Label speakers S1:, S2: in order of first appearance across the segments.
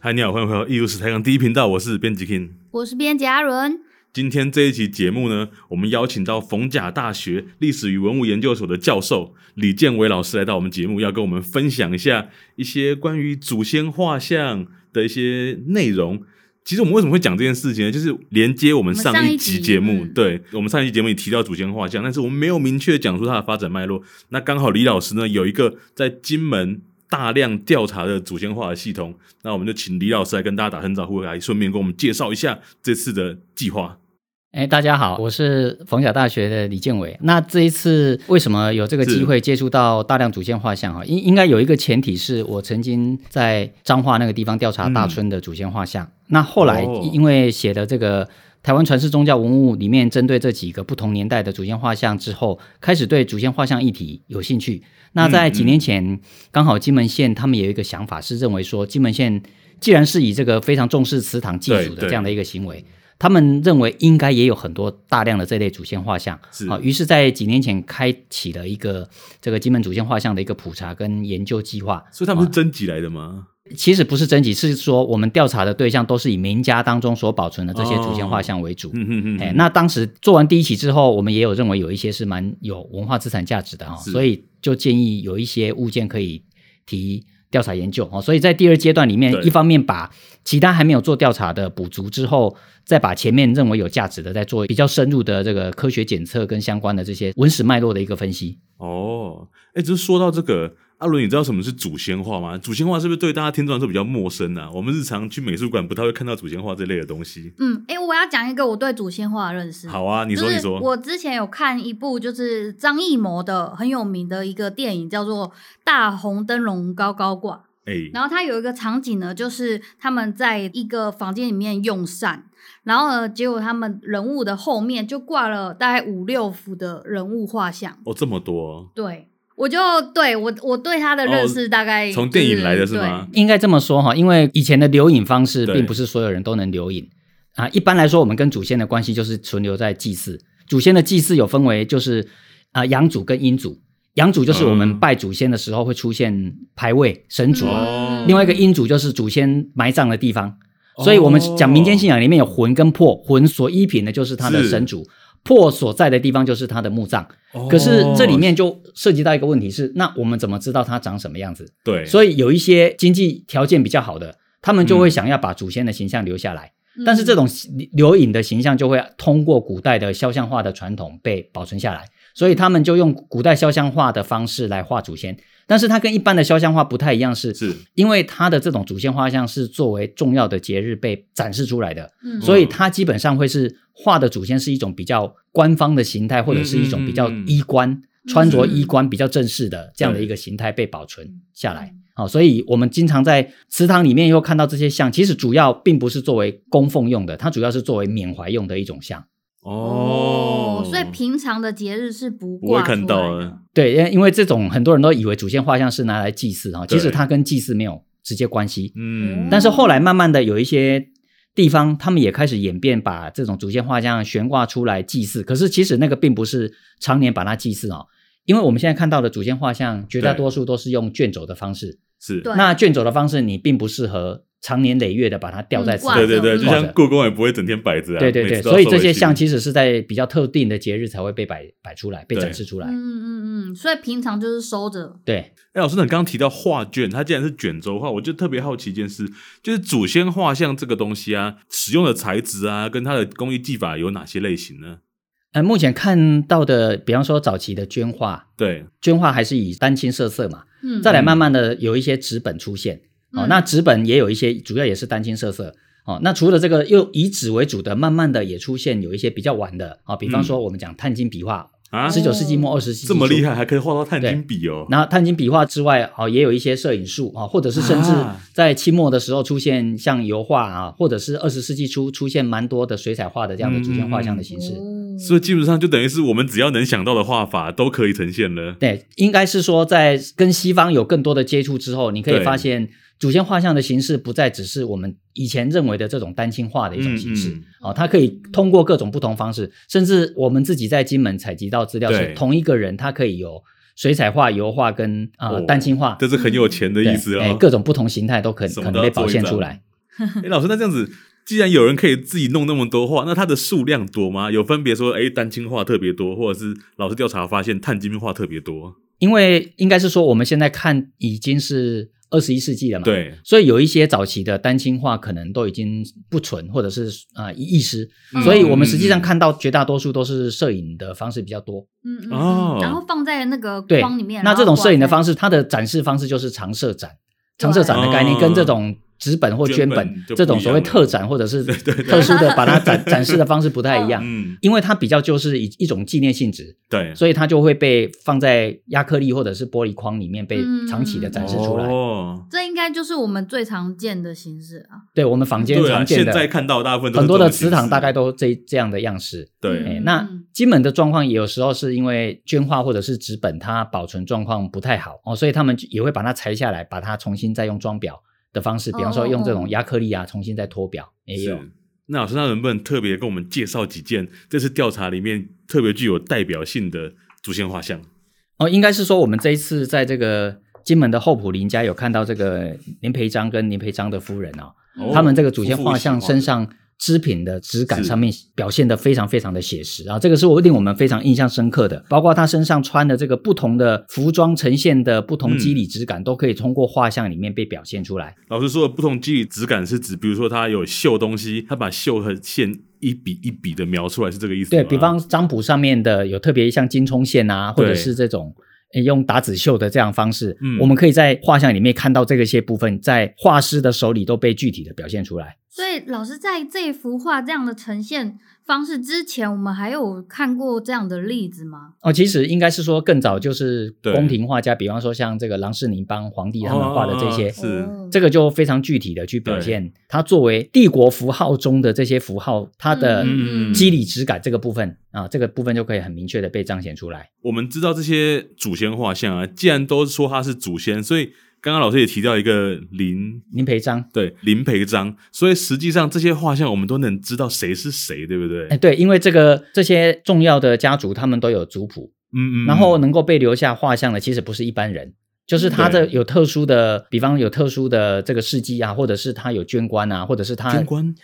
S1: 嗨，你好，欢迎回到《艺术史台港》第一频道，我是编辑 King。
S2: 我是编辑阿伦，
S1: 今天这一期节目呢，我们邀请到逢甲大学历史与文物研究所的教授李建伟老师来到我们节目，要跟我们分享一下一些关于祖先画像的一些内容。其实我们为什么会讲这件事情呢？就是连接我们上
S2: 我们上
S1: 一
S2: 一
S1: 集
S2: 集
S1: 节目，
S2: 嗯
S1: 对我们上一集节目也提到祖先画像，但是我们没有明确讲出它的发展脉络。那刚好李老师呢有一个在金门大量调查的祖先化的系统，那我们就请李老师来跟大家打声招呼，来顺便跟我们介绍一下这次的计划。
S3: 哎，大家好，我是逢甲大学的李建伟。那这一次为什么有这个
S1: 是
S3: 机会接触到大量主线画像啊？应应该有一个前提是我曾经在彰化那个地方调查大村的主线画像。那后来
S1: 嗯哦
S3: 因为写的这个。台湾传世宗教文物里面，针对这几个不同年代的主线画像之后，开始对主线画像议题有兴趣。那
S1: 嗯
S3: 在几年前，刚好金门县他们有一个想法，是认为说金门县既然是以这个非常重视祠堂祭
S1: 对
S3: 祖的
S1: 对
S3: 这样的一个行为，他们认为应该也有很多大量的这类主线画像
S1: 是
S3: 啊，于是，在几年前开启了一个这个金门主线画像的一个普查跟研究计划。
S1: 所以他们是征集来的吗？
S3: 其实不是征集，是说我们调查的对象都是以名家当中所保存的这些主线画像为主。
S1: 嗯嗯嗯，
S3: 哎，那当时做完第一期之后，我们也有认为有一些是蛮有文化资产价值的哦，
S1: 是
S3: 所以就建议有一些物件可以提调查研究哦。所以在第二阶段里面
S1: 对，
S3: 一方面把其他还没有做调查的补足之后，再把前面认为有价值的再做比较深入的这个科学检测跟相关的这些文史脉络的一个分析。
S1: 哦，哎，只是说到这个。阿伦，你知道什么是祖先画吗？祖先画是不是对大家听众来说比较陌生啊？我们日常去美术馆不太会看到祖先画这类的东西。
S2: 嗯，诶，我要讲一个我对祖先画的认识。
S1: 好啊，你说，你
S2: 嗯就是
S1: 说，
S2: 我之前有看一部就是张艺谋的很有名的一个电影，叫做《大红灯笼高高挂》。
S1: 哎，
S2: 然后它有一个场景呢，就是他们在一个房间里面用膳，然后呢，结果他们人物的后面就挂了大概五六幅的人物画像。
S1: 哦，这么多，
S2: 对，我就对我我对他的认识大概、
S1: 哦从电影来的是吗？？
S3: 应该这么说哈，因为以前的留影方式
S1: 对
S3: 并不是所有人都能留影啊。一般来说，我们跟祖先的关系就是存留在祭祀。祖先的祭祀有分为就是啊阳祖跟阴祖，阳祖就是我
S1: 嗯
S3: 们拜祖先的时候会出现牌位神主，
S1: 哦
S3: 嗯另外一个阴祖就是祖先埋葬的地方。所以我
S1: 哦
S3: 们讲民间信仰里面有魂跟魄，魂所依凭的就是他的
S1: 是
S3: 神主，魄所在的地方就是他的墓葬。
S1: 哦，
S3: 可是这里面就涉及到一个问题是，那我们怎么知道它长什么样子？
S1: 对，
S3: 所以有一些经济条件比较好的，他们就会想要把祖先的形象留下来。
S2: 嗯
S3: 但是这种留影的形象就会通过古代的肖像画的传统被保存下来，所以他们就用古代肖像画的方式来画祖先。但是它跟一般的肖像画不太一样是，
S1: 是
S3: 因为它的这种祖先画像是作为重要的节日被展示出来的，
S2: 嗯
S3: 所以它基本上会是画的祖先是一种比较官方的形态，或者是一种比较
S1: 嗯嗯嗯
S3: 衣冠、穿着衣冠比较正式的这样的一个形态被保存下来。好、所以我们经常在祠堂里面又看到这些像，其实主要并不是作为供奉用的，它主要是作为缅怀用的一种像。
S1: 哦，
S2: 所以平常的节日是不
S1: 不会
S2: 挂
S1: 看
S2: 出
S1: 到
S2: 来
S1: 的
S2: 的。
S3: 对，因为因为这种很多人都以为祖先画像是拿来祭祀啊，其
S1: 对
S3: 实它跟祭祀没有直接关系。
S1: 嗯，
S3: 但是后来慢慢的有一些地方，他们也开始演变，把这种竹线画像悬挂出来祭祀。可是其实那个并不是常年把它祭祀哦，因为我们现在看到的竹线画像，绝大多数都是用卷轴的方式。
S1: 是，
S2: 对
S3: 那卷轴的方式，你并不适合常年累月的把它吊在
S2: 嗯
S3: 此
S2: 挂
S3: 地
S1: 对对对，
S2: 着
S1: 就
S3: 挂
S1: 像
S3: 着
S1: 故宫也不会整天摆着啊，
S3: 对对
S1: 每
S3: 对，
S1: 次都
S3: 所以
S1: 要
S3: 这
S1: 收回
S3: 些
S1: 去
S3: 像其实是在比较特定的节日才会被摆摆出来、被
S1: 对
S3: 展示出来。
S2: 嗯嗯嗯，所以平常就是收着。
S3: 对，
S1: 哎，老师，你刚刚提到画卷，它既然是卷轴画，我就特别好奇一件事，就是祖先画像这个东西啊，使用的材质啊，跟它的工艺技法有哪些类型呢？
S3: 呃，目前看到的，比方说早期的绢画，
S1: 对，
S3: 绢画还是以单亲色色嘛，
S2: 嗯，
S3: 再来慢慢的有一些纸本出现，
S2: 嗯
S3: 哦，那纸本也有一些，主要也是单亲色色。哦，那除了这个又以纸为主的，慢慢的也出现有一些比较晚的啊、哦，比方说我们讲碳晶笔画，
S1: 啊，
S3: 十九、世纪末二十世纪
S1: 嗯这么厉
S3: 初
S1: 害，还可以画到碳
S3: 对
S1: 晶笔哦，
S3: 那碳晶笔画之外，哦，也有一些摄影术啊、哦，或者是甚至
S1: 啊
S3: 在清末的时候出现像油画啊，或者是二十世纪初出现蛮多的水彩画的这样
S1: 嗯
S3: 的主线画像的形式。
S2: 哦
S1: 所以基本上就等于是我们只要能想到的画法都可以呈现了。
S3: 对，应该是说在跟西方有更多的接触之后，你可以
S1: 对
S3: 发现祖先画像的形式不再只是我们以前认为的这种单亲画的一种形式。
S1: 嗯嗯
S3: 哦，它可以通过各种不同方式，甚至我们自己在金门采集到资料
S1: 对
S3: 是同一个人，他可以有水彩画、油画跟啊、呃
S1: 哦
S3: 单亲画，
S1: 这是很有钱的
S3: 对
S1: 意思
S3: 哎
S1: 哦。
S3: 各种不同形态都可
S1: 什么
S3: 可
S1: 都
S3: 能
S1: 要
S3: 被
S1: 做
S3: 表
S1: 一
S3: 现
S1: 张
S3: 出来。
S1: 哎、老师，那这样子，既然有人可以自己弄那么多画，那它的数量多吗？有分别说，哎、单亲画特别多，或者是老师调查发现碳晶画特别多？
S3: 因为应该是说我们现在看已经是二十一世纪了嘛，，
S1: 对，
S3: 所以有一些早期的单亲画可能都已经不存或者是啊遗失，
S2: 嗯
S3: 所以我们实际
S1: 嗯
S3: 上
S1: 嗯嗯
S3: 看到绝大多数都是摄影的方式比较多。
S2: 嗯嗯
S1: 哦
S2: 嗯，然后放在那个
S3: 对
S2: 框里面。
S3: 那这种摄影的方
S2: 式，
S3: 式，它的展示方式就是常设展，常设展的概念
S1: 哦
S3: 跟这种纸本或
S1: 卷
S3: 捐
S1: 本
S3: 本
S1: 就不
S3: 这种
S1: 一
S3: 所
S1: 样
S3: 谓
S1: 了
S3: 特展或者是
S1: 对对
S3: 特殊的 把它展展示的方式不太一样，
S1: 嗯，
S3: 因为它比较就是一一种纪念性质，
S1: 对，
S3: 所以它就会被放在亚克力或者是玻璃框里面被
S2: 嗯
S3: 长期的展示出来。
S1: 哦，
S2: 这应该就是我们最常见的形式啊。
S3: 对我们坊间
S1: 对啊，
S3: 常见
S1: 现
S3: 的
S1: 在看到大部分都是
S3: 很多
S1: 这
S3: 的
S1: 种
S3: 祠堂
S1: 形
S3: 大概
S1: 式
S3: 都这这样的样式。
S1: 对，
S3: 哎
S2: 嗯，
S3: 那金门的状况也有时候是因为绢画或者是纸本，它保存状况不太好哦，所以他们也会把它裁下来，把它重新再用装裱的方式，比方说用这种亚克力啊，重新再脱裱也
S1: 是
S3: 有。
S1: 那老师，那能不能特别跟我们介绍几件这次调查里面特别具有代表性的祖先画像？
S3: 哦，应该是说我们这一次在这个金门的后埔林家有看到这个林培章跟林培章的夫人哦，
S1: 哦
S3: 他们这个祖先
S1: 夫妇一起
S3: 画像
S1: 画的
S3: 身上织品的质感
S1: 是
S3: 上面表现的非常非常的写实啊，这个是我令我们非常印象深刻的。包括他身上穿的这个不同的服装呈现的不同肌理质感，都可以通过画像里面被表现出来。
S1: 老师说的不同肌理质感是指，比如说他有绣东西，他把绣和线一笔一笔的描出来，是这个意思吗？
S3: 对比方占卜上面的有特别像金冲线啊，或者
S1: 对
S3: 是这种。诶用打籽绣的这样方式，
S1: 嗯
S3: 我们可以在画像里面看到这个些部分，在画师的手里都被具体的表现出来。
S2: 所以老师在这幅画这样的呈现方式之前，我们还有看过这样的例子吗？
S3: 哦，其实应该是说更早就是
S1: 对
S3: 宫廷画家，比方说像这个郎世宁帮皇帝他们画的这些，
S1: 哦是
S2: 哦
S3: 这个就非常具体的去表
S1: 对
S3: 现它作为帝国符号中的这些符号，它的
S1: 嗯
S3: 肌理质感这个部分啊，这个部分就可以很明确的被彰显出来。
S1: 我们知道这些祖先画像啊，既然都说他是祖先，所以刚刚老师也提到一个林，
S3: 林培章，
S1: 对林培章，所以实际上这些画像我们都能知道谁是谁，对不对？
S3: 哎，对，因为这个这些重要的家族他们都有族谱，
S1: 嗯嗯，
S3: 然后能够被留下画像的，其实不是一般人。就是他
S1: 对
S3: 的有特殊的，比方有特殊的这个事迹啊，或者是他有捐官啊，或者是他
S1: 军官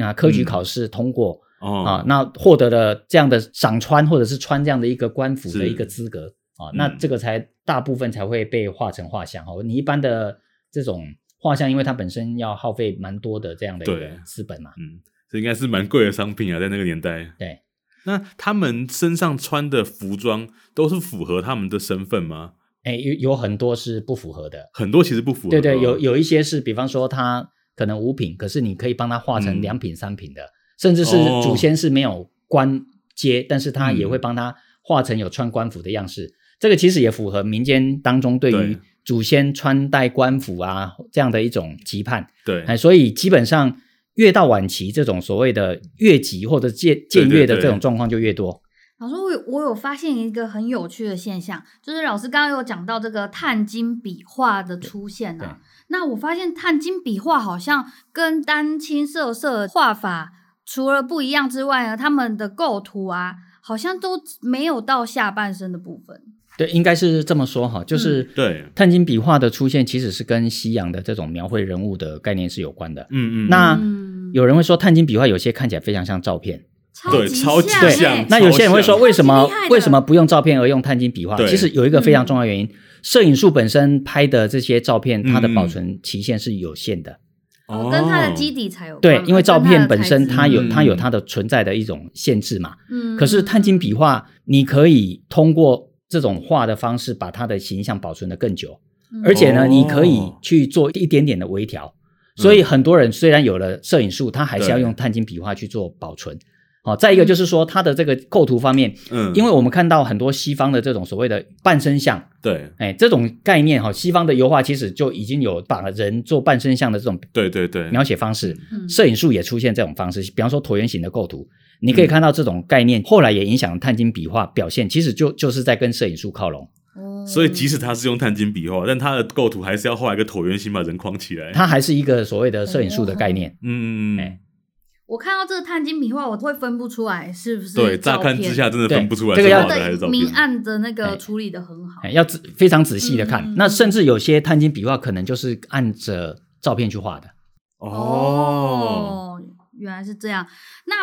S3: 啊科举
S1: 嗯
S3: 考试通过，
S1: 哦
S3: 啊，那获得了这样的赏穿或者是穿这样的一个官服的
S1: 是
S3: 一个资格啊
S1: 嗯，
S3: 那这个才大部分才会被画成画像哦。你一般的这种画像，因为它本身要耗费蛮多的这样的一
S1: 对
S3: 个资本嘛，
S1: 嗯，这应该是蛮贵的商品啊，在那个年代。
S3: 对，
S1: 那他们身上穿的服装都是符合他们的身份吗？
S3: 哎，有有很多是不符合的，
S1: 很多其实不符合。哦
S3: 对对，有有一些是，比方说它可能五品，可是你可以帮它画
S1: 嗯
S3: 成两品、三品的，甚至是
S1: 哦
S3: 祖先是没有官阶，但是他也
S1: 嗯
S3: 会帮他画成有穿官服的样式。这个其实也符合民间当中对于
S1: 对
S3: 祖先穿戴官服啊这样的一种期盼，
S1: 对，
S3: 哎，所以基本上越到晚期，这种所谓的越级或者僭僭越的这种状况就越多。
S2: 老师，我有我有发现一个很有趣的现象，就是老师刚刚有讲到这个碳晶笔画的出现
S3: 对
S2: 啊。那我发现碳晶笔画好像跟单亲色色画法除了不一样之外呢，他们的构图啊，好像都没有到下半身的部分。
S3: 对，应该是这么说哈，就是、
S1: 嗯对，
S3: 碳晶笔画的出现，其实是跟西洋的这种描绘人物的概念是有关的。
S1: 嗯嗯，
S3: 那啊
S2: 嗯，
S3: 有人会说，碳晶笔画有些看起来非常像照片，
S1: 对超级
S2: 像
S1: 像
S2: 欸，
S3: 那有些人会说，
S1: 超
S3: 为什么
S2: 超级嗯厉害的
S3: 为什么不用照片而用碳晶笔画？
S1: 对
S3: 其实有一个非常重要原因，摄影术本身拍的这些照片，
S1: 嗯
S3: 它的保存期限是有限的。
S2: 哦跟它的基底才有关
S3: 对，因为照片本身它有
S1: 嗯
S3: 它有它的存在的一种限制嘛。
S2: 嗯，
S3: 可是碳晶笔画，你可以通过这种画的方式，把它的形象保存的更久。
S2: 嗯，
S3: 而且
S1: 哦嗯
S3: 呢，你可以去做一点点的微调。所以很多人虽然有了摄影术，他还是要
S1: 对
S3: 用碳晶笔画去做保存。好、再一个就是说，它的这个构图方面，
S1: 嗯，
S3: 因为我们看到很多西方的这种所谓的半身像，
S1: 对
S3: 哎，这种概念哈、西方的油画其实就已经有把人做半身像的这种
S1: 对对对，
S3: 描写方式，
S2: 嗯
S3: 摄影术也出现这种方式，比方说椭圆形的构图，你
S1: 嗯
S3: 可以看到这种概念，后来也影响碳晶笔画表现，其实就就是在跟摄影术靠拢。
S2: 哦
S1: 所以即使他是用碳晶笔画，但他的构图还是要画一个椭圆形把人框起来。
S3: 它还是一个所谓的摄影术的概念。
S1: 嗯嗯嗯
S3: 哎，
S2: 我看到这个碳晶笔画，我会分不出来是不是
S1: 对，
S2: 照
S1: 乍看
S2: 片
S1: 之下真的分不出来
S3: 对
S1: 是
S3: 这个
S1: 画
S2: 它
S3: 要
S1: 的还是
S2: 的
S1: 照
S2: 明
S1: 片。
S2: 暗的那个处理的很好
S3: 哎，。要仔非常仔细的看。
S2: 嗯
S3: 那甚至有些碳晶笔画可能就是按着照片去画的，
S2: 哦
S3: 哦
S2: 来是这样。那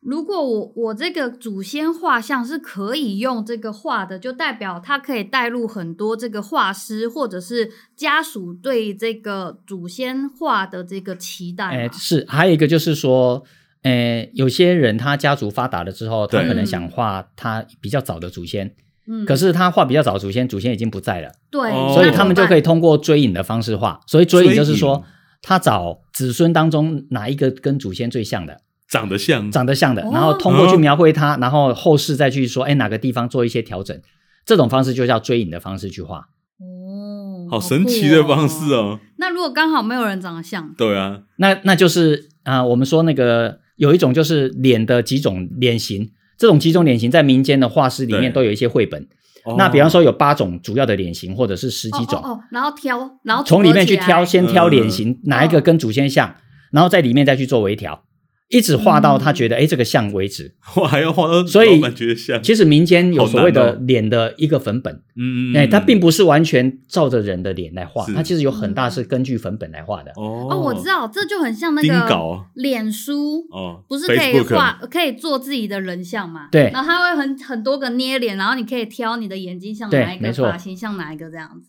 S2: 如果我我这个祖先画像是可以用这个画的，就代表它可以带入很多这个画师或者是家属对这个祖先画的这个期待
S3: 哎，
S2: 嘛。
S3: 是，还有一个就是说，哎，有些人他家族发达了之后，他
S1: 对
S3: 可能想画他比较早的祖先，
S2: 嗯，
S3: 可是他画比较早的祖先，祖先已经不在了，
S2: 对，
S1: 哦
S3: 所以
S2: 那
S3: 他们
S2: 怎
S3: 就
S2: 么
S3: 可以
S2: 办
S3: 通过追影的方式画。所以追影就是
S1: 追
S3: 说
S1: 影，
S3: 他找子孙当中哪一个跟祖先最像的，
S1: 长得像，
S3: 长得像的，
S2: 哦
S3: 然后通过去描绘它，然后后世再去说，哎，哪个地方做一些调整，这种方式就叫追影的方式去画。
S2: 哦，
S1: 好神奇的
S2: 酷哦
S1: 方式。哦。
S2: 那如果刚好没有人长得像，
S1: 对啊，
S3: 那那就是啊、我们说那个有一种就是脸的几种脸型，这种几种脸型在民间的画师里面
S1: 对
S3: 都有一些绘本。
S1: 哦
S3: 那比方说有八种主要的脸型，或者是十几种，
S2: 哦啊哦哦，然后挑，然后
S3: 从里面去
S2: 组合起来
S3: 挑，先
S1: 嗯
S3: 挑脸型、哪一个
S2: 哦
S3: 跟祖先像，然后在里面再去做微调，一直画到
S2: 嗯
S3: 他觉得哎、这个像为止。
S1: 我还要画到
S3: 所以
S1: 老板觉得像，
S3: 其实民间有所谓
S1: 好
S3: 的
S1: 难哦
S3: 脸的一个粉本。
S1: 嗯嗯，
S3: 哎、它
S1: 嗯
S3: 并不是完全照着人的脸来画
S1: 是，
S3: 它其实有
S2: 嗯
S3: 很大是根据粉本来画的。
S1: 哦
S2: 哦，我知道，这就很像那
S1: 丁
S2: 个
S1: 稿啊
S2: 脸书，
S1: 哦，
S2: 不是可以
S1: Facebook
S2: 画，可以做自己的人像嘛？
S3: 对
S2: 然后它会很很多个捏脸，然后你可以挑你的眼睛像
S3: 对
S2: 哪一个，
S3: 没错
S2: 发型像哪一个这样子。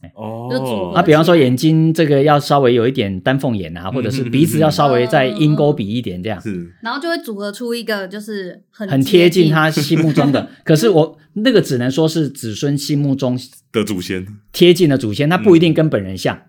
S2: 就组
S1: 哦
S2: 合
S3: 啊，比方说眼睛这个要稍微有一点丹凤眼
S1: 嗯
S3: 啊，或者是鼻子要稍微再鹰钩鼻一点这样，
S1: 是
S2: 然后就会组合出一个就是很
S1: 嗯
S3: 很贴
S2: 贴
S3: 近他心目 中的。可是我那个只能说是子孙心目中
S1: 的祖先，
S3: 贴近的祖先，他不一定跟本人像，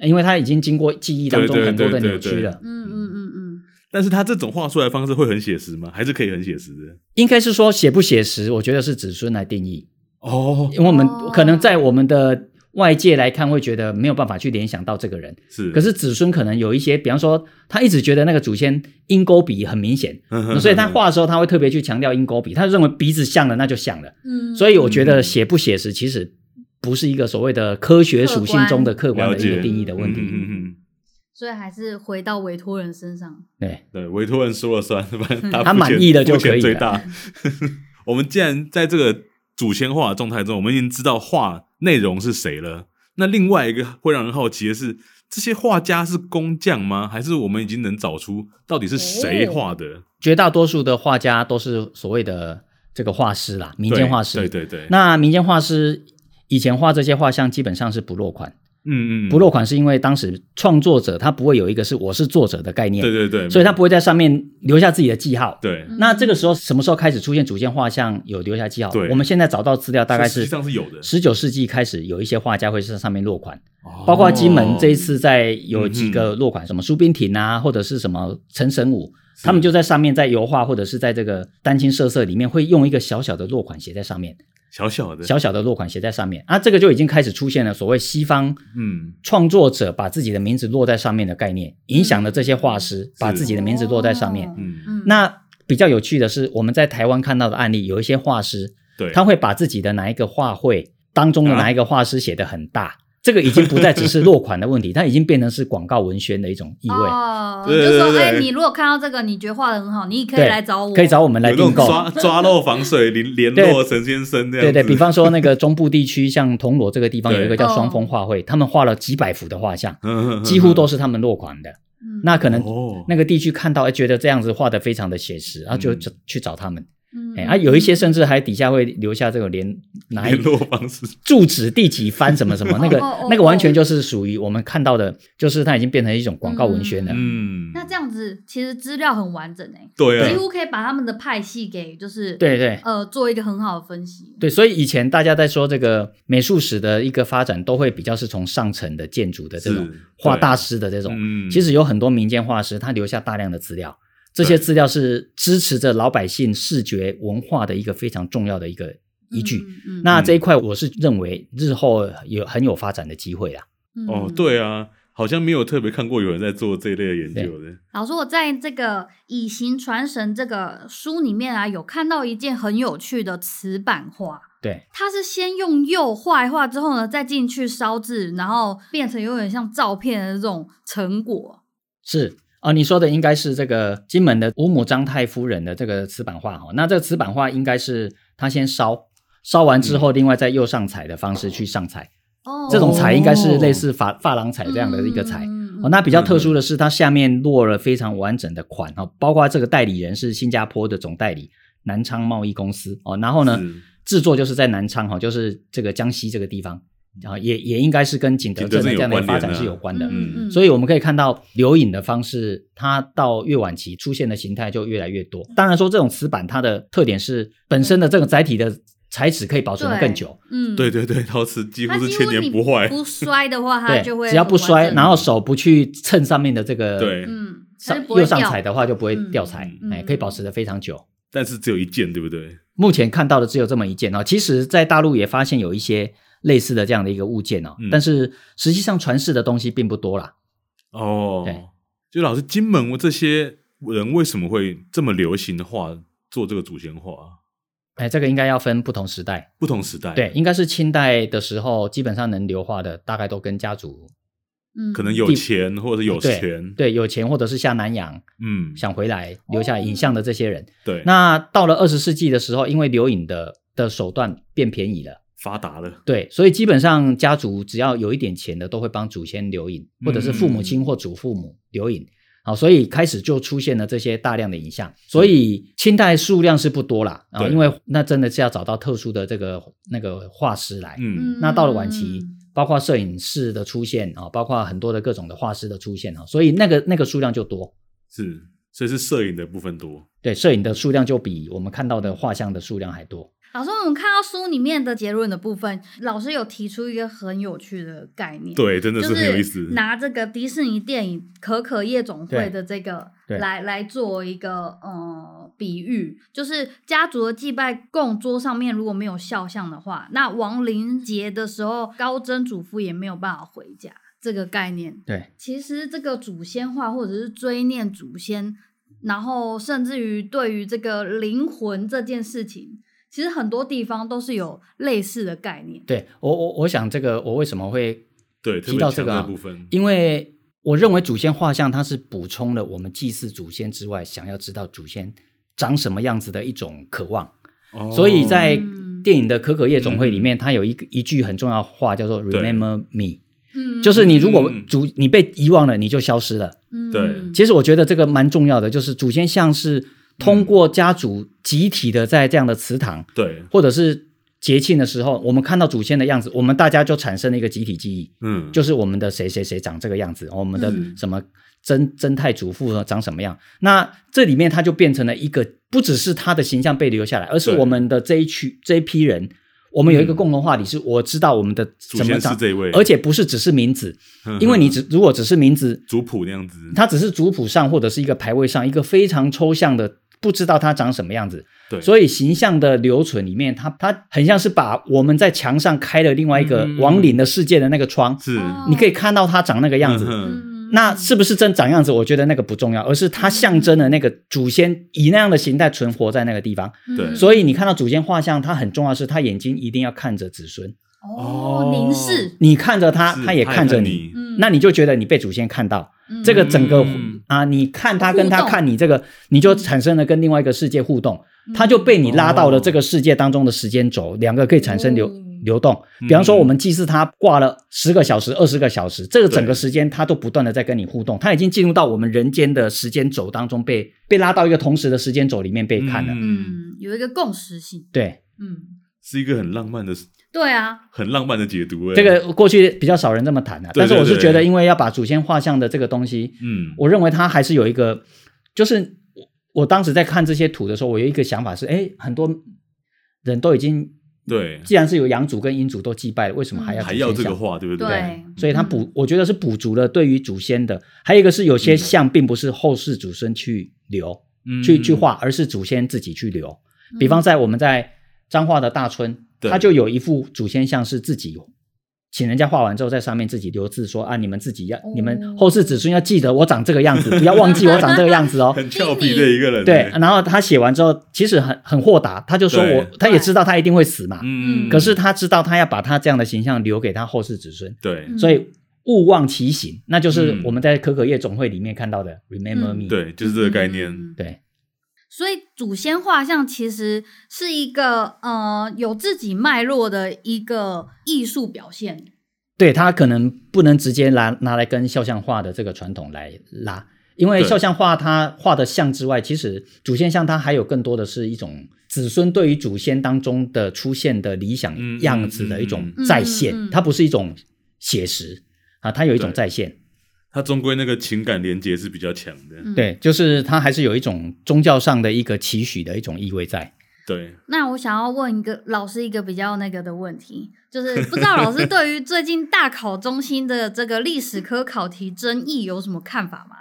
S3: 因为他已经经过记忆当中
S1: 对对
S3: 很多的
S1: 对对
S3: 扭曲了。
S2: 嗯嗯嗯嗯，
S1: 但是他这种画出来的方式会很写实吗？还是可以很写实的？
S3: 应该是说写不写实，我觉得是子孙来定义，
S1: 哦，
S3: 因为我们
S2: 哦
S3: 可能在我们的外界来看会觉得没有办法去联想到这个人。
S1: 是，
S3: 可是子孙可能有一些，比方说，他一直觉得那个祖先鹰钩鼻很明显，
S1: 是，
S3: 所以他画的时候他会特别去强调鹰钩鼻，他认为鼻子像了那就像了。
S2: 嗯，
S3: 所以我觉得写不写实其实不是一个所谓的科学属性中的客观的
S1: 了解
S3: 一个定义的问
S1: 嗯嗯
S3: 题。
S1: 嗯嗯，
S2: 所以还是回到委托人身上。
S3: 对，
S1: 对，委托人说了算，反正他
S3: 嗯他
S1: 付
S3: 满
S1: 钱
S3: 意了就
S1: 付钱
S3: 可以
S1: 最
S3: 了
S1: 大。 我们既然在这个祖先画的状态中，我们已经知道画内容是谁了。那另外一个会让人好奇的是，这些画家是工匠吗？还是我们已经能找出到底是谁
S2: 哦
S1: 画的？
S3: 绝大多数的画家都是所谓的这个画师啦，民间
S1: 对
S3: 画师。
S1: 对对对，
S3: 那民间画师以前画这些画像基本上是不落款，
S1: 嗯嗯，
S3: 不落款是因为当时创作者他不会有一个是我是作者的概念，
S1: 对对对，
S3: 所以他不嗯会在上面留下自己的记号。
S1: 对，
S3: 那这个时候什么时候开始出现主线画像有留下记号？
S1: 对
S3: 我们现在找到资料大概
S1: 所以实
S3: 是
S1: 际上是有的，
S3: 十九世纪开始有一些画家会在上面落款，
S1: 哦
S3: 包括金门这一次在有几个落款，什么苏宾亭啊，或者是什么陈神武，
S1: 是
S3: 他们就在上面在油画或者是在这个丹青社色里面会用一个小小的落款写在上面，
S1: 小小的，
S3: 小小的落款写在上面啊，这个就已经开始出现了所谓西方
S1: 嗯，
S3: 创作者把自己的名字落在上面的概念，影响了这些画师把自己的名字落在上面
S2: 哦。
S1: 嗯
S2: 嗯，
S3: 那比较有趣的是，我们在台湾看到的案例，有一些画师
S1: 对，啊
S3: 他会把自己的哪一个画会当中的哪一个画师写得很大，这个已经不再只是落款 的问题，它已经变成是广告文宣的一种意味。
S2: 哦，
S1: 对
S2: 就说
S1: 对对
S2: 哎，你如果看到这个，你觉得画的很好，你可以
S3: 对
S2: 来找我，
S3: 可以找我们来
S1: 有那种
S3: 订购。
S1: 抓抓漏防水联联络陈先生这样子，
S3: 对对，比方说那个中部地区，像铜锣这个地方
S1: 对
S3: 有一个叫
S2: 哦
S3: 双峰画
S1: 嗯
S3: 会，他们画了几百幅的画像，
S1: 方
S3: 几乎都是他们落款的。
S2: 嗯。
S3: 那可能
S1: 嗯哦
S3: 那个地区看到，哎，觉得这样子画的非常的写实，然后就
S1: 嗯
S3: 就去找他们。
S2: 嗯
S3: 哎，啊，有一些甚至还底下会留下这个连哪一
S1: 联络方式，
S3: 住址第几番什么什么，那个
S2: 哦哦哦
S3: 那个完全就是属于我们看到的，就是它已经变成一种广告文宣了。
S1: 嗯，
S2: 那这样子其实资料很完整欸诶、
S1: 对
S2: 几
S1: 啊，
S2: 乎可以把他们的派系给就是
S3: 对对
S2: 呃做一个很好的分析。
S3: 对，所以以前大家在说这个美术史的一个发展，都会比较是从上层的建筑的这种
S1: 是对
S3: 画大师的这种，
S1: 嗯
S3: 其实有很多民间画师他留下大量的资料，这些
S1: 对
S3: 资料是支持着老百姓视觉文化的一个非常重要的一个依据。
S2: 嗯，嗯
S3: 那这一块，我是认为日后有很有发展的机会啦。
S2: 嗯
S1: 哦
S2: 嗯，
S1: 对啊，好像没有特别看过有人在做这一类的研究的，
S2: 老师，我在这个《以形传神》这个书里面啊，有看到一件很有趣的瓷板画。
S3: 对，
S2: 它是先用釉画一画之后呢，再进去烧制，然后变成有点像照片的这种成果。
S3: 是啊、你说的应该是这个金门的乌姆张太夫人的这个瓷板画哈。哦那这个瓷板画应该是她先烧，烧完之后，另外再用上彩的方式去上彩。
S2: 哦，
S3: 这种彩应该是类似珐珐琅
S2: 哦
S3: 彩这样的一个彩。
S2: 嗯嗯嗯嗯
S3: 哦，那比较特殊的是，它下面落了非常完整的款哦，包括这个代理人是新加坡的总代理南昌贸易公司哦，然后呢
S2: 嗯
S1: 是，
S3: 制作就是在南昌哈、哦，就是这个江西这个地方，然、后也也应该是跟景德镇的这样的发展是有关的。
S1: 嗯
S3: 所以我们可以看到留影的方式，它到越晚期出现的形态就越来越多。
S2: 嗯
S3: 当然说，这种瓷板它的特点是本身的这个载体的材质可以保存得更久，
S2: 嗯，
S1: 对对对，陶瓷几
S2: 它
S1: 乎是
S2: 几
S1: 千
S2: 乎
S1: 年
S2: 你
S1: 不坏，
S2: 不摔的话，它
S3: 对
S2: 就会，
S3: 只要
S2: 很
S3: 不
S2: 完
S3: 摔，
S2: 整
S3: 然后手不去蹭上面的这个
S1: 对，
S2: 嗯，它
S3: 上
S2: 就不会
S3: 右上
S2: 掉
S3: 彩的话就不会掉彩，
S2: 嗯
S3: 哎，
S2: 嗯
S3: 可以保持的非常久。
S1: 但是只有一件，对不对？
S3: 目前看到的只有这么一件哦，其实，在大陆也发现有一些类似的这样的一个物件哦，
S1: 嗯
S3: 但是实际上传世的东西并不多啦。
S1: 哦，
S3: 对，
S1: 就老师，金门这些人为什么会这么流行的画做这个祖先画？
S3: 哎，这个应该要分不同时代，
S1: 不同时代，
S3: 对，，应该是清代的时候，基本上能留化的大概都跟家族
S2: 嗯，
S1: 可能有钱或者是有
S3: 对
S1: 权，，
S3: 对有钱或者是下南洋
S1: 嗯，
S3: 想回来留下影像的这些人。
S1: 对，
S3: 那到了二十世纪的时候，因为留影的的手段变便宜了。
S1: 发达了，
S3: 对，所以基本上家族只要有一点钱的，都会帮祖先留影，或者是父
S1: 嗯
S3: 母亲或祖父母留影。好，所以开始就出现了这些大量的影像。所以清代数量是不多啦，啊，
S1: 对
S3: 因为那真的是要找到特殊的这个那个画师来。
S1: 嗯，
S2: 嗯，
S3: 那到了晚期
S2: 嗯，
S3: 包括摄影师的出现啊，包括很多的各种的画师的出现啊，所以那个那个数量就多。
S1: 是，所以是摄影的部分多，
S3: 对，摄影的数量就比我们看到的画像的数量还多。
S2: 老师，我们看到书里面的结论的部分，老师有提出一个很有趣的概念，，
S1: 对，真的
S2: 就是
S1: 很有意思，
S2: 拿这个迪士尼电影《可可夜总会
S3: 对》
S2: 的这个
S3: 对
S2: 来来做一个呃比喻，就是家族的祭拜供桌上面如果没有肖像的话，那亡灵节的时候，高曾祖父也没有办法回家。这个概念
S3: 对，
S2: 其实这个祖先化或者是追念祖先，然后甚至于对于这个灵魂这件事情，其实很多地方都是有类似的概念。
S3: 对我我我想这个我为什么会
S1: 对，特
S3: 提
S1: 别
S3: 到
S1: 强
S3: 这个
S1: 调
S3: 啊
S1: 的部分，
S3: 因为我认为祖先画像它是补充了我们祭祀祖先之外，想要知道祖先长什么样子的一种渴望。
S1: 哦嗯
S3: 所以在
S2: 嗯
S3: 电影的《可可夜总会》里面，它有一个一句很重要的话叫做
S1: 对
S3: “Remember me”，
S2: 嗯，
S3: 就是你如果
S1: 嗯
S3: 祖你被遗忘了，你就消失了。
S2: 嗯
S1: 对
S3: 其实我觉得这个蛮重要的，就是祖先像是通过家族集体的在这样的祠堂
S1: 对，
S3: 或者是节庆的时候，我们看到祖先的样子，我们大家就产生了一个集体记忆。
S1: 嗯，
S3: 就是我们的谁谁谁长这个样子，我们的
S2: 嗯
S3: 什么曾曾太祖父呢长什么样？那这里面它就变成了一个，不只是他的形象被留下来，而是
S1: 对
S3: 我们的这一区这一批人，我们有一个
S1: 嗯
S3: 共同话题，是我知道我们的
S1: 祖
S3: 怎么
S1: 先是
S3: 长，
S1: 这一位，
S3: 而且不是只是名字，
S1: 哼
S3: 因为你
S1: 哼
S3: 只如果只是名字，
S1: 族谱那样子，
S3: 它只是族谱上或者是一个牌位上一个非常抽象的，不知道它长什么样子。
S1: 对，以
S3: 所以形象的留存里面，它它很像是把我们在墙上开了另外一个
S1: 嗯
S3: 亡灵的世界的那个窗，
S1: 是
S2: 哦
S3: 你可以看到它长那个样子。
S1: 嗯
S2: 嗯
S3: 那是不是真长样子？我觉得那个不重要，而是它象征了那个祖先以那样的形态存活在那个地方。
S1: 对
S3: 所以你看到祖先画像，它很重要的是，他眼睛一定要看着子孙，
S2: 哦，凝视，
S3: 你看着他，
S1: 是
S3: 他也看着你，
S1: 你，
S2: 嗯，
S3: 那你就觉得你被祖先看到。
S2: 嗯
S3: 这个整个
S1: 嗯
S3: 啊，你看他
S2: 互动
S3: 跟他看你这个，你就产生了跟另外一个世界互动，
S2: 嗯
S3: 他就被你拉到了这个世界当中的时间轴，两个可以产生流
S2: 哦
S3: 流动。
S1: 嗯
S3: 比方说，我们祭祀他挂了十个小时、二十个小时，这个整个时间他都不断的在跟你互动，他已经进入到我们人间的时间轴当中，被被拉到一个同时的时间轴里面被看了。
S1: 嗯，
S2: 嗯有一个共识性，
S3: 对，
S2: 嗯，
S1: 是一个很浪漫的、
S2: 对啊，
S1: 很浪漫的解读，哎
S3: 这，个过去比较少人这么谈啊，
S1: 对
S3: 但是我是
S1: 对对
S3: 觉得，因为要把祖先画像的这个东西，
S1: 嗯，
S3: 我认为它还是有一个，就是我我当时在看这些图的时候，我有一个想法是，哎，很多人都已经，
S1: 对，嗯
S3: 既然是有阳祖跟阴祖都祭拜了，为什么还要
S1: 还要
S3: 祖
S1: 这
S3: 先
S1: 个
S3: 像？
S1: 画，对不
S2: 对，
S3: 所以它补，我觉得是补足了对于祖先的。还有一个是有些像并不是后世祖孙去留、
S1: 嗯
S3: 去去画，而是祖先自己去留。比方
S2: 嗯
S3: 在我们在彰化的大村，
S1: 对
S3: 它就有一幅祖先像是自己请人家画完之后，在上面自己留字说啊，你们自己要，
S2: 哦
S3: 你们后世子孙要记得我长这个样子，不要忘记我长这个样 子哦。
S1: 很俏皮的一个人， 欸
S3: 对，，然后他写完之后，其实很很豁达，他就说
S1: 对
S3: 我，他也知道他一定会死嘛，
S1: 嗯，
S3: 可是他知道他要把他这样的形象留给他后世子孙，
S1: 对
S2: 嗯
S3: 所以勿忘其形，那就是
S1: 嗯
S3: 我们在可可夜总会里面看到的 “Remember
S2: 嗯
S3: me”。
S1: 对，就是这个概念，
S2: 嗯
S3: 对
S2: 所以祖先画像其实是一个呃有自己脉络的一个艺术表现，
S3: 对它可能不能直接拿拿来跟肖像画的这个传统来拉，因为
S1: 对
S3: 肖像画它画的像之外，其实祖先像它还有更多的是一种子孙对于祖先当中的出现的理想
S1: 嗯
S3: 样子
S1: 嗯
S3: 的一种
S2: 嗯
S3: 再
S2: 嗯
S3: 现，
S2: 嗯
S3: 它不是一种写实啊，它有一种
S1: 对
S3: 再现。
S1: 它终归那个情感连接是比较强的，
S2: 嗯
S3: 对，就是它还是有一种宗教上的一个期许的一种意味在。
S1: 对，
S2: 那我想要问一个老师一个比较那个的问题，就是不知道老师对于最近大考中心的这个历史科考题争议有什么看法吗？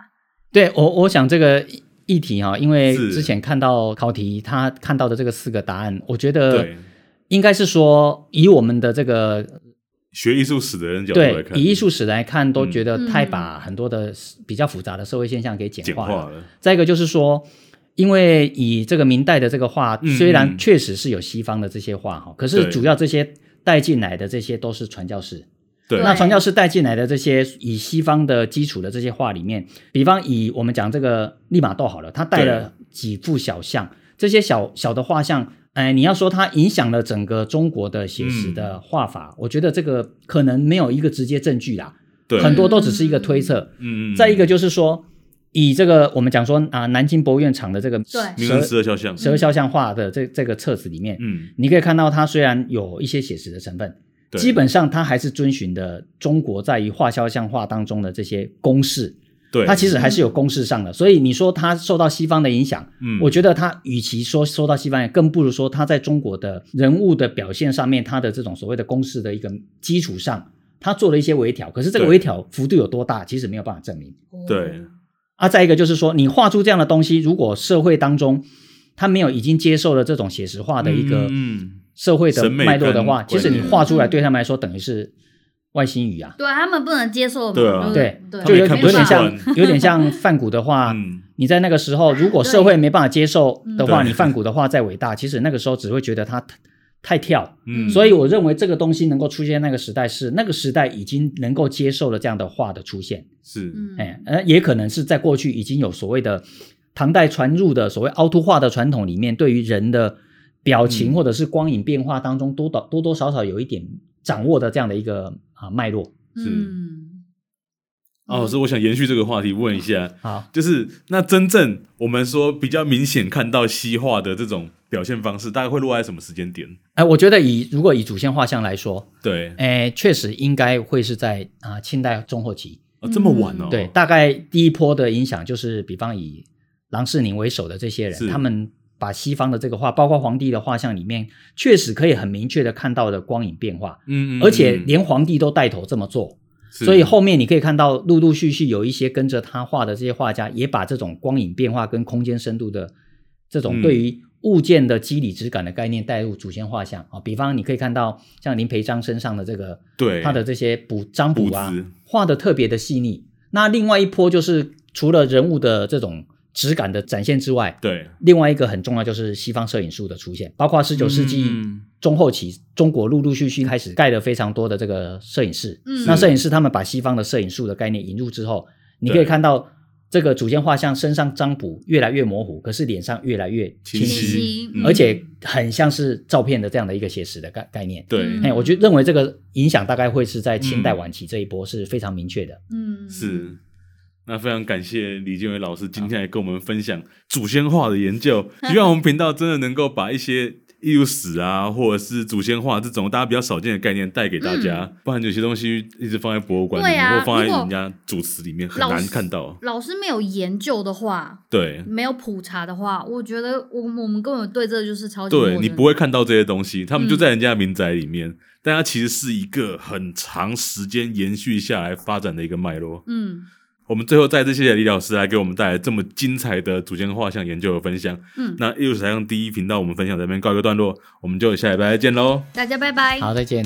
S3: 对我，我想这个议题哈、因为
S1: 是
S3: 之前看到考题，他看到的这个四个答案，我觉得
S1: 对
S3: 应该是说，以我们的这个
S1: 学艺术史的人角度来
S3: 对
S1: 看，
S3: 以艺术史来看，都
S1: 嗯
S3: 觉得太
S2: 嗯
S3: 把很多的比较复杂的社会现象给简
S1: 简
S3: 化了。
S1: 化了，
S3: 再一个就是说，因为以这个明代的这个画，
S1: 嗯
S3: 虽然
S1: 嗯
S3: 确实是有西方的这些画哈，可
S1: 对
S3: 是主要这些带进来的这些都是传教士。
S1: 对，
S3: 那
S2: 对
S3: 传教士带进来的这些以西方的基础的这些画里面，比方以我们讲这个利玛窦好了，他带了几幅小像，这些小小的画像，哎，你要说它影响了整个中国的写实
S1: 嗯
S3: 的画法，我觉得这个可能没有一个直接证据啦，
S1: 对，
S3: 很多都只是一个推测。
S1: 嗯，嗯
S3: 再一个就是说，以这个我们讲说啊，南京博物院厂的这个
S2: 对
S1: 名人十
S3: 蛇
S1: 二肖像，
S3: 蛇肖像画的这这个册子里面，
S1: 嗯，
S3: 你可以看到它虽然有一些写实的成分，
S1: 对
S3: 基本上它还是遵循的中国在于画肖像画当中的这些公式，
S1: 对，
S3: 它其实还是有公式上的。所以你说它受到西方的影响，
S1: 嗯
S3: 我觉得它与其说受到西方影响，更不如说它在中国的人物的表现上面，它的这种所谓的公式的一个基础上，它做了一些微调。可是这个
S1: 对
S3: 微调幅度有多大，其实没有办法证明。
S1: 对
S3: 啊，再一个就是说，你画出这样的东西，如果社会当中他没有已经接受了这种写实化的一个
S1: 嗯嗯
S3: 社会的
S1: 审美
S3: 脉络的话，
S1: 跟
S3: 其实
S1: 观
S3: 你
S1: 念
S3: 画出来
S2: 嗯
S3: 对他们来说等于是外星语啊，
S2: 对他们不能接受嘛，
S1: 对啊
S2: 不
S3: 对，
S2: 嗯对，
S3: 就有
S1: 他们也看不
S3: 有
S1: 惯
S3: 点像有点像梵谷的话。
S1: 嗯，
S3: 你在那个时候，如果社会没办法接受的话，
S1: 对
S3: 你梵谷的话再伟大，其实那个时候只会觉得他太太跳。
S1: 嗯
S3: 所以我认为这个东西能够出现那个时代，是那个时代已经能够接受了这样的画的出现。
S1: 是，
S2: 嗯，
S3: 哎，呃，也可能是在过去已经有所谓的唐代传入的所谓凹凸画的传统里面，对于人的表情
S1: 嗯
S3: 或者是光影变化当中，多多多多少少有一点掌握的这样的一个啊脉络。
S1: 是
S2: 嗯，
S1: 啊，老师，我想延续这个话题问一下，
S3: 好，
S1: 就是那真正我们说比较明显看到西化的这种表现方式，大概会落在什么时间点？
S3: 哎、我觉得以如果以主线画像来说，
S1: 对，
S3: 哎，确实应该会是在啊、清代中后期，
S1: 啊，这么晚哦，
S3: 嗯对，大概第一波的影响就是，比方以郎世宁为首的这些
S1: 是
S3: 人，他们把西方的这个画，包括皇帝的画像里面，确实可以很明确的看到的光影变化。
S1: 嗯，嗯，
S3: 而且
S1: 嗯
S3: 连皇帝都带头这么做，
S1: 是
S3: 所以后面你可以看到陆陆续续有一些跟着他画的这些画家，也把这种光影变化跟空间深度的这
S1: 嗯
S3: 种对于物件的肌理质感的概念带入祖先画像啊。比方你可以看到像林培章身上的这个，
S1: 对
S3: 他的这些补张补啊
S1: 补姿，
S3: 画的特别的细腻。那另外一波就是除了人物的这种质感的展现之外，
S1: 对
S3: 另外一个很重要就是西方摄影术的出现，包括十九世纪
S1: 嗯
S3: 中后期，中国陆陆续续开始盖了非常多的这个摄影室。
S2: 嗯
S3: 那摄影师他们把西方的摄影术的概念引入之后，你
S1: 对
S3: 可以看到这个主间画像身上占卜越来越模糊，可是脸上越来越清
S1: 清晰
S3: 晰，
S2: 晰
S1: 嗯
S3: 而且很像是照片的这样的一个写实的概概念。
S1: 对
S2: 嗯
S3: 哎，我觉得认为这个影响大概会是在清代晚期这一波是非常明确的。
S2: 嗯，
S1: 是。那非常感谢李建伟老师今天来跟我们分享祖先画的研 究，希望我们频道真的能够把一些艺术史啊，或者是祖先画这种大家比较少见的概念带给大家，不然有些东西一直放在博物馆里
S2: 嗯对
S1: 面，
S2: 啊
S1: 或放在
S2: 如果
S1: 人家主持里面很
S2: 老
S1: 难
S2: 师
S1: 看到。
S2: 老师没有研究的话，
S1: 对，
S2: 没有普查的话，我觉得我我们根本对这就是超级
S1: 对
S2: 陌
S1: 你
S2: 生
S1: 不会看到这些东西，他们就
S2: 嗯
S1: 在人家的民宅里面，但它其实是一个很长时间延续下来发展的一个脉络。
S2: 嗯
S1: 我们最后再次谢谢李老师来给我们带来这么精彩的祖先画像研究和分享。
S2: 嗯，
S1: 那艺术史上第一频道我们分享这边告一个段落，我们就下礼拜再见喽。
S2: 大家拜拜。
S3: 好，再见。